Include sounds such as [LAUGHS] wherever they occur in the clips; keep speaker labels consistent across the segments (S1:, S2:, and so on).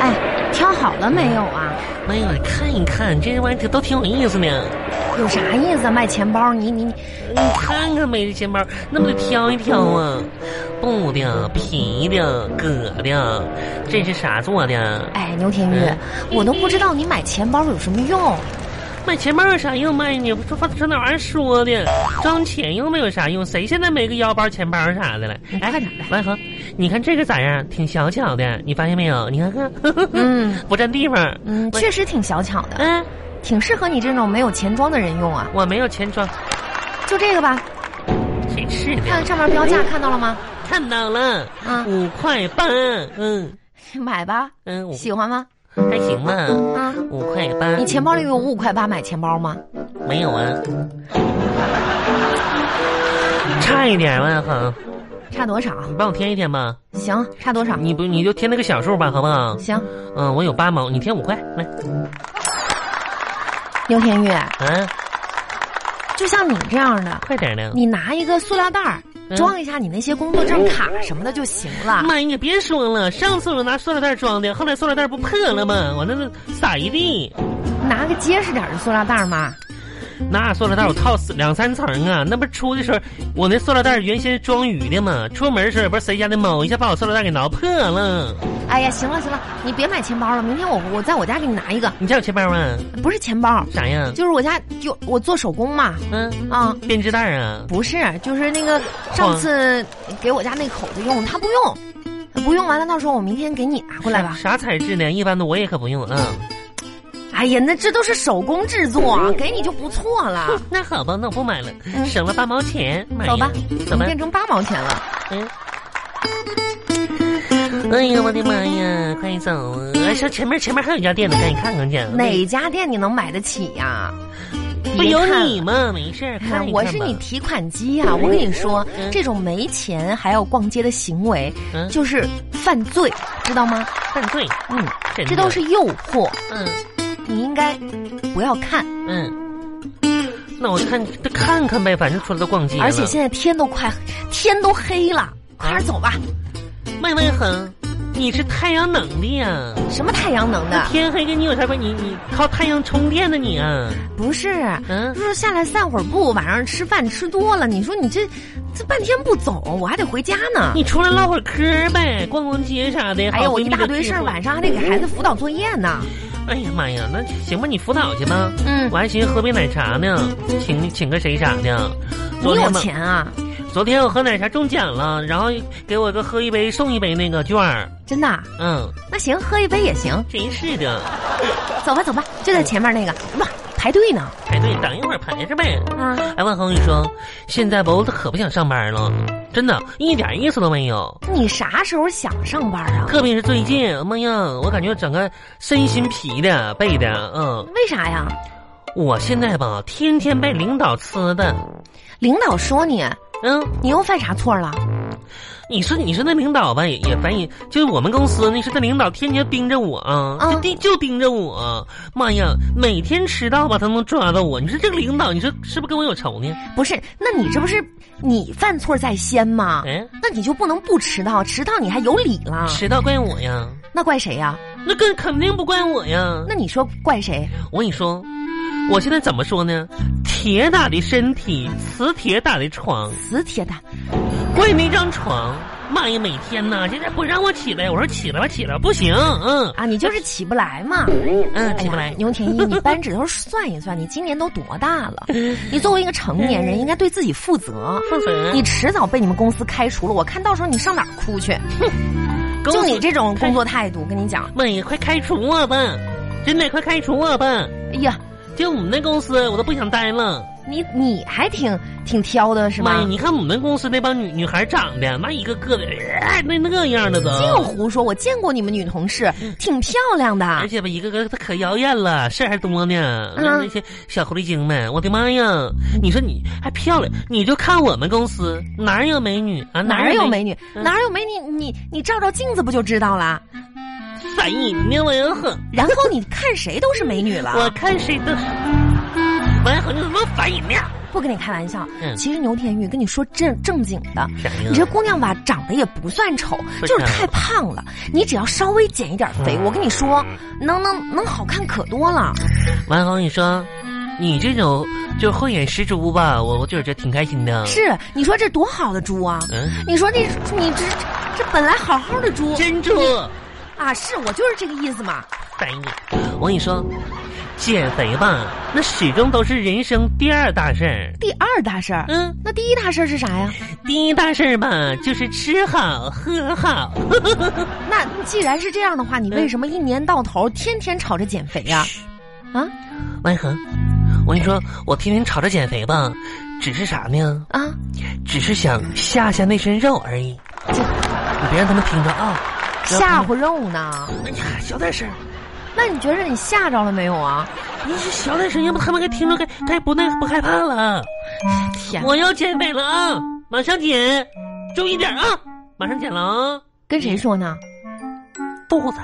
S1: 哎好了没有啊？
S2: 哎呀，看一看，这玩意儿都挺有意思呢。
S1: 有啥意思啊？卖钱包？你你你，
S2: 你看看呗，这钱包那不得挑一挑啊？布的、皮的、革的，这是啥做的？
S1: 哎，牛天玉，
S2: 嗯
S1: 我都不知道你买钱包有什么用。
S2: 卖钱包有啥用卖你这话这哪玩意儿啊说的？装钱又没有啥用，谁现在没个腰包、钱包啥的了？哎，
S1: 快点儿呗
S2: 万恒，你看这个咋样？挺小巧的，你发现没有？你看看， [LAUGHS]
S1: 嗯
S2: 不占地方。
S1: 嗯，
S2: 喂
S1: 确实挺小巧的，
S2: 嗯，
S1: 挺适合你这种没有钱装的人用啊。
S2: 我没有钱装，
S1: 就这个吧，
S2: 真是
S1: 看看
S2: 的。
S1: 上面标价，看到了吗？
S2: 看到了，
S1: 啊
S2: 五块半，嗯
S1: 买吧，
S2: 嗯，五
S1: 喜欢吗？
S2: 还行吧，
S1: 啊，
S2: 五块八
S1: 你。钱包里有五块八买钱包吗？
S2: 没有啊，差一点万恒，
S1: 差多少？
S2: 你帮我添一添吧。
S1: 行，差多少？
S2: 你不你就添那个小数吧，好不好？
S1: 行，
S2: 嗯，我有八毛，你添五块来。
S1: 牛天玉，
S2: 啊，
S1: 就像你这样的，
S2: 快点的。
S1: 你拿一个塑料袋儿
S2: 嗯
S1: 装一下你那些工作证卡什么的就行了。
S2: 妈呀，别说了，上次我拿塑料袋装的，后来塑料袋不破了吗？我那那撒一地，
S1: 拿个结实点儿的塑料袋儿嘛。
S2: 那塑料袋我套死两三层啊！那不出的时候，我那塑料袋原先装鱼的嘛，出门的时候也不知道谁家的猫一下把我塑料袋给挠破了。
S1: 哎呀，行了行了，你别买钱包了，明天我我在我家给你拿一个，
S2: 你家有钱包吗？
S1: 不是钱包，
S2: 啥呀？
S1: 就是我家有我做手工嘛，
S2: 嗯，
S1: 啊，
S2: 编织袋啊。
S1: 不是，就是那个上次给我家那口子用，他不用，不用完了，到时候我明天给你拿过来吧。
S2: 啥材质的？一般的我也可不用啊。
S1: 哎呀，那这都是手工制作，给你就不错了。
S2: 啊那好吧，那我不买了，
S1: 嗯
S2: 省了八毛钱。妈呀
S1: 走吧，
S2: 走
S1: 怎么
S2: 吧。
S1: 变成八毛钱了？
S2: 嗯。哎呀，我的妈呀！快走啊！哎，上前面前面还有一家店呢，赶紧看看去。
S1: 哪家店你能买得起呀、
S2: 不有你吗？没事儿，
S1: 哎
S2: 看一看吧
S1: 我是你提款机呀、我跟你说
S2: 嗯，
S1: 这种没钱还要逛街的行为
S2: 嗯，
S1: 就是犯罪，知道吗？
S2: 犯罪，
S1: 嗯，
S2: 真的
S1: 这都是诱惑，
S2: 嗯
S1: 你应该不要看。
S2: 嗯。那我看看看呗，反正出来都逛街了。
S1: 而且现在天都快天都黑了，快点走吧。
S2: 麦麦恒，你是太阳能的呀？
S1: 什么太阳能的？
S2: 天黑跟你有啥关系？你你靠太阳充电呢你啊？
S1: 不是，
S2: 嗯
S1: 就。是下来散会儿步，晚上吃饭吃多了，你说你这这半天不走，我还得回家呢。
S2: 你出来唠会儿嗑呗，逛逛街啥的。
S1: 啊嗯哎呀，
S2: 好
S1: 我
S2: 闺
S1: 一
S2: 蜜的
S1: 大堆事儿，
S2: 聚会
S1: 晚上还得给孩子辅导作业呢。
S2: 哎呀妈呀，那行吧，你辅导去吧。
S1: 嗯
S2: 我还寻思喝杯奶茶呢，请请个谁啥的。
S1: 你
S2: 昨
S1: 有
S2: 天吧，
S1: 钱啊？
S2: 昨天我喝奶茶中奖了，然后给我个喝一杯送一杯那个券儿。
S1: 真的啊？
S2: 嗯，
S1: 那行，喝一杯也行。
S2: 真是的，
S1: 走吧，走吧，就在前面那个，嗯哇，排队呢。
S2: 排队等一会儿排着呗。
S1: 啊，
S2: 哎，万恒，你说现在吧，我可不想上班了，真的，一点意思都没有。
S1: 你啥时候想上班啊？
S2: 特别是最近，妈呀，我感觉整个身心疲的背的，嗯，
S1: 为啥呀？
S2: 我现在吧，天天被领导呲的，
S1: 领导说你，
S2: 嗯，
S1: 你又犯啥错了？
S2: 你说你说那领导吧，也也烦人，就是我们公司那是那领导天天盯着我啊，
S1: 嗯
S2: 就盯就盯着我，妈呀，每天迟到吧，他能抓到我。你说这个领导，你说是不是跟我有仇呢？
S1: 不是，那你这不是你犯错在先吗？
S2: 嗯、
S1: 那你就不能不迟到，迟到你还有理了？
S2: 迟到怪我呀，
S1: 那怪谁呀、
S2: 那更肯定不怪我呀。
S1: 那你说怪谁？
S2: 我跟你说，我现在怎么说呢？铁打的身体，磁铁打的床，
S1: 磁铁的，
S2: 怪那张床。妈呀，每天呐，现在不让我起来，我说起来吧，起来吧，不行，嗯
S1: 啊，你就是起不来 [LAUGHS] 嘛。
S2: 嗯，
S1: 哎
S2: 起不
S1: 呀
S2: 来，。
S1: 牛田一，你
S2: [LAUGHS]
S1: 扳指头算一算，你今年都多大 [LAUGHS] 了？你作为一个成年人，应该对自己负责。
S2: 放水，
S1: 你迟早被你们公司开除了，我看到时候你上哪儿哭去？
S2: 公
S1: 就
S2: 司
S1: 你这种工作态度，跟你讲，
S2: 妈呀，快开除我吧！真的，快开除我吧！
S1: 哎呀，
S2: 就我们那公司，我都不想待了。
S1: 你你还挺挺挑的是
S2: 妈呀，
S1: 吗？
S2: 你看我们公司那帮女女孩长得，妈一个个的，哎那那样的都。
S1: 净胡说！我见过你们女同事，挺漂亮
S2: 嗯而
S1: 的。
S2: 且吧，一个个她可妖艳了，事儿还多呢。
S1: 嗯
S2: 那那些小狐狸精们，我的妈呀！你说你还漂亮，你就看我们公司哪有美女啊？
S1: 哪儿有美女？
S2: 嗯
S1: 哪儿有美女？你你照照镜子不就知道啦？
S2: 烦人呢？我要很，
S1: 然
S2: [LAUGHS]
S1: 后你看谁都是美女了。
S2: 我看谁都是。王小红，你怎么烦人呢？
S1: 不跟你开玩笑，
S2: 嗯
S1: 其实牛田玉跟你说正正经的，
S2: 啥呀？
S1: 你这姑娘吧，长得也不算丑，
S2: 不啊嗯
S1: 就是
S2: 看
S1: 太胖了。你只要稍微减一点肥，我跟你说，能能能好看可多了。
S2: 嗯完红，你说你这种就是慧眼识珠吧，我我就是觉得挺开心的。
S1: 是，你说这多好的猪啊！
S2: 嗯，
S1: 你说这你这这本来好好的猪
S2: 珍珠，
S1: 啊，是我就是这个意思嘛。
S2: 烦你！我跟你说，减肥吧，那始终都是人生第二大事儿。
S1: 第二大事儿，
S2: 嗯，
S1: 那第一大事儿是啥呀？
S2: 第一大事儿吧，就是吃好喝好。
S1: 那既然是这样的话，你
S2: 嗯
S1: 为什么一年到头天天吵着减肥呀、啊？
S2: 万恒，我跟你说，我天天吵着减肥吧，只是啥呢？
S1: 啊
S2: 只是想下下那身肉而已。你别让他们听着啊！不要
S1: 吓唬肉呢？
S2: 哎呀，小点声儿！
S1: 那你觉着你吓着了没有啊？
S2: 你是小点声，要不他们该听着该该不那不害怕了。
S1: 天，
S2: 我要减肥了啊，马上减，注意点啊，马上减了啊，
S1: 跟谁说呢？
S2: 肚子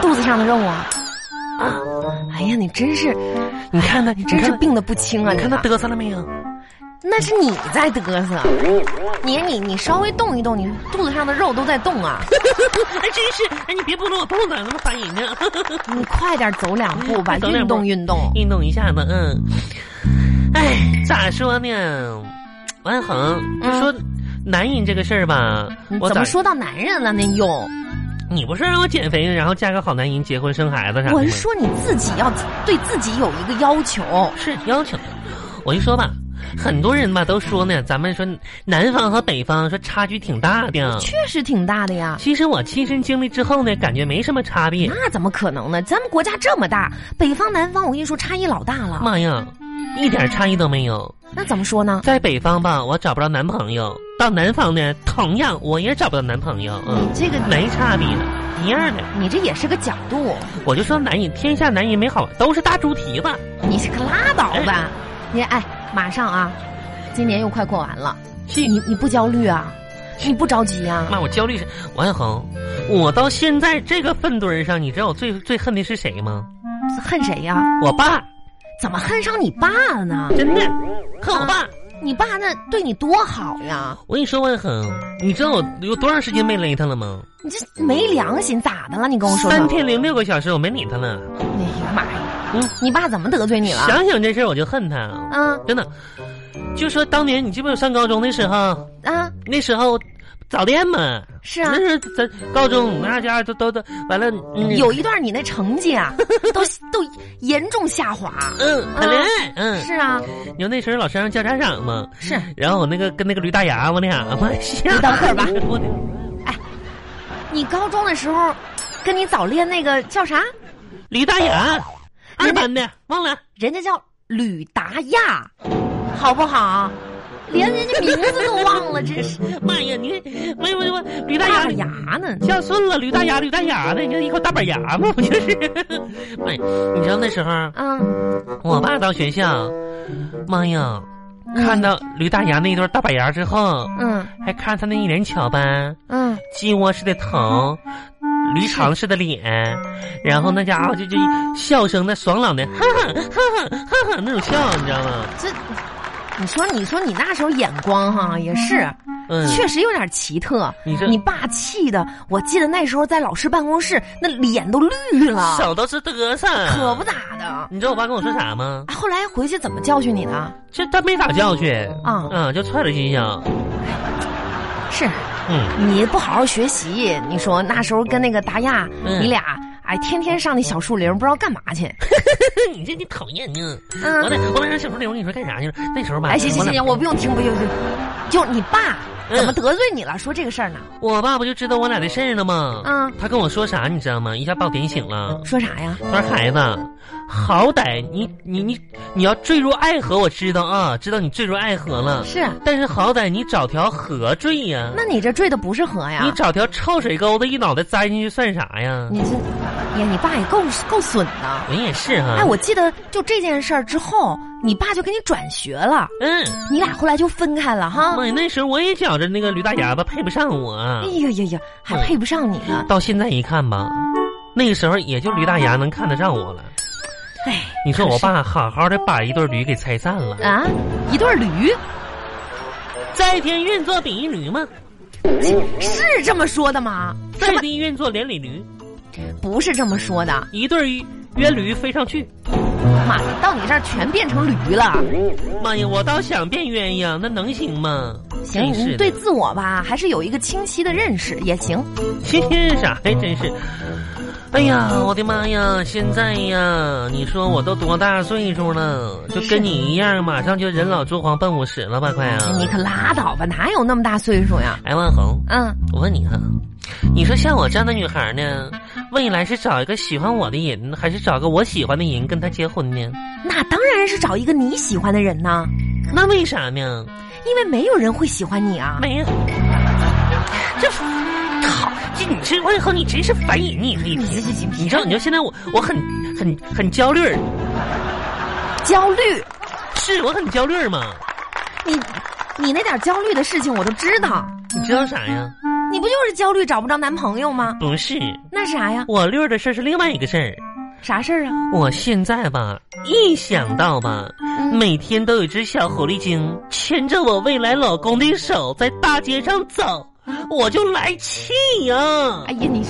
S1: 肚子上的肉啊！
S2: 啊！
S1: 哎呀，你真是
S2: 你看他，你
S1: 真是
S2: 看他
S1: 病得不轻啊！
S2: 你看他
S1: 啊
S2: 嘚瑟了没有？
S1: 那是你在嘚瑟，你你你稍微动一动，你肚子上的肉都在动啊！
S2: 哎，真是，哎，你别拨弄我肚子，他妈烦人呢。
S1: 你快点走两步吧，
S2: 哎走两
S1: 运
S2: 步
S1: 动运动。
S2: 运动一下子，嗯。哎，咋说呢？万恒，就说男人这个事儿吧，
S1: 你嗯
S2: 我
S1: 怎
S2: 咋
S1: 么？说到男人了呢？又，
S2: 你不是让我减肥，然后嫁个好男人，结婚生孩子啥的
S1: 我
S2: 吗
S1: 是？说你自己要对自己有一个要求。
S2: 是要求。我就说吧，很多人吧都说呢，咱们说南方和北方说差距挺大的。啊
S1: 确实挺大的呀。
S2: 其实我亲身经历之后呢，感觉没什么差别。
S1: 那怎么可能呢？咱们国家这么大，北方南方，我跟你说差异老大了。
S2: 妈呀，一点差异都没有。
S1: 那怎么说呢？
S2: 在北方吧，我找不着男朋友；到南方呢，同样我也找不到男朋友。嗯
S1: 你，这个
S2: 没差别，一样的。
S1: 你这也是个角度，
S2: 我就说男人，天下男人没好玩，都是大猪蹄子。
S1: 你可拉倒吧。你哎，马上啊，今年又快过完了，
S2: 气
S1: 你你不焦虑啊？你不着急啊？
S2: 妈，我焦虑是王小恒，我到现在这个粪堆儿上，你知道我最最恨的是谁吗？
S1: 恨谁呀、
S2: 我爸，
S1: 怎么恨上你爸了呢？啊
S2: 真的恨我爸。
S1: 你爸那对你多好呀！
S2: 我跟你说，王小恒，你知道我有多长时间没勒他了吗？
S1: 你这没良心咋的了？你跟我说说。
S2: 三天零六个小时，我没理他了。
S1: 哎呀妈呀！
S2: 嗯
S1: 你爸怎么得罪你了？
S2: 想想这事儿，我就恨他，
S1: 啊
S2: 真的。就说当年，你记不记得我上高中的时候，
S1: 啊！
S2: 那时候早恋嘛，
S1: 是啊
S2: 那。时候咱高中那家伙都都都完了，嗯
S1: 有一段你那成绩 [LAUGHS] 啊，都都严重下滑。
S2: 嗯谈恋爱，嗯，
S1: 是啊，
S2: 你说那时候老师让叫家长嘛，
S1: 是。
S2: 然后我那个跟那个驴大牙，我俩我吓
S1: 你等会儿吧
S2: [LAUGHS] 我的
S1: 你高中的时候，跟你早恋那个叫啥？
S2: 驴大牙，二班的忘了，
S1: 人家叫吕达亚，好不好？连人家名字都忘了，真 [LAUGHS] 是
S2: 妈呀你，我我我驴大
S1: 大
S2: 牙
S1: 了牙呢。
S2: 叫顺了，驴大牙驴大牙的，你就一口大板牙嘛，
S1: [LAUGHS]
S2: 不就是？妈呀，你知道那时候
S1: 啊，
S2: 我爸到学校，妈呀，看到驴大牙那一对大板牙之后，
S1: 嗯
S2: 还看他那一脸巧斑。
S1: 嗯，
S2: 鸡窝似的头，驴肠似的脸，然后那家伙就就笑声那爽朗的，哈哈哈哈哈哈那种笑，你知道吗？
S1: 这。你说，你说你那时候眼光哈也是，
S2: 嗯，
S1: 确实有点奇特。
S2: 你这
S1: 你爸气的，我记得那时候在老师办公室，那脸都绿了，
S2: 手都是嘚瑟，
S1: 可不。咋的。
S2: 你知道我爸跟我说啥吗？
S1: 啊后来回去怎么教训你的？
S2: 这他没咋教训
S1: 啊
S2: 嗯，就踹了几脚。
S1: 是
S2: 嗯，
S1: 你不好好学习，你说那时候跟那个达亚，
S2: 嗯
S1: 你俩哎天天上那小树林，不知道干嘛去。
S2: [LAUGHS] 你这你讨厌呢。我
S1: 嗯，
S2: 在我在那小树林，我跟你说干啥去了？那时候吧，
S1: 哎，行行
S2: 我
S1: 行
S2: 俩
S1: 行，我不用听，不用听。就你爸
S2: 嗯
S1: 怎么得罪你了？说这个事儿呢？
S2: 我爸不就知道我俩的事儿了吗？
S1: 嗯
S2: 他跟我说啥你知道吗？一下把我点醒了。
S1: 说啥呀？
S2: 他说：“孩子，好歹你你你你要坠入爱河，我知道啊，知道你坠入爱河了。
S1: 是，
S2: 但是好歹你找条河坠呀，
S1: 那你这坠的不是河呀
S2: 你？找条臭水沟子一脑袋栽进去算啥呀？
S1: 你这，哎呀，你爸也够够损的。
S2: 我也是哈、
S1: 哎，我记得就这件事儿之后，你爸就给你转学了，
S2: 嗯，
S1: 你俩后来就分开了哈。
S2: 妈呀，那时候我也觉着那个驴大牙吧配不上我，啊
S1: 哎呀呀呀，
S2: 嗯
S1: 还配不上你呢。啊
S2: 到现在一看吧，那个时候也就驴大牙能看得上我了。
S1: 哎，
S2: 你说我爸好好的把一对驴给拆散了，
S1: 啊，一对驴
S2: 在天愿作比翼驴嘛，
S1: 是这么说的吗？
S2: 在地愿作连理驴，
S1: 不是这么说的，
S2: 一对约驴飞上去。
S1: 妈呀，到你这儿全变成驴了。
S2: 嗯妈呀，我倒想变鸳鸯，那能行吗？
S1: 行，
S2: 真是
S1: 你
S2: 的 [LAUGHS]
S1: 对自我吧，还是有一个清晰的认识也行。
S2: 今天啥呀？真是，哎呀，我的妈呀！现在呀，你说我都多大岁数了，就跟你一样，马上就人老珠黄奔五十了吧？快啊！
S1: 你可拉倒吧，哪有那么大岁数呀？
S2: 哎，万红，
S1: 嗯，
S2: 我问你啊，你说像我这样的女孩呢，未来是找一个喜欢我的人，还是找个我喜欢的人跟他结婚呢？
S1: 那当然是找一个你喜欢的人呐，
S2: 那为啥呢？
S1: 因为没有人会喜欢你啊。
S2: 没有，这好，这你这万红，你真是烦人！你
S1: 你
S2: 你你，
S1: 这
S2: 你知道，你知道现在我我很很很焦虑儿。
S1: 焦虑，
S2: 是我很焦虑儿嘛？
S1: 你你那点焦虑的事情我都知道，
S2: 你知道啥呀？
S1: 你不就是焦虑找不着男朋友吗？
S2: 不是，
S1: 那啥呀？
S2: 我虑儿的事儿是另外一个事儿。
S1: 啥事儿啊？
S2: 我现在吧，一想到吧，每天都有一只小狐狸精牵着我未来老公的手在大街上走，我就来气呀、
S1: 哎呀，你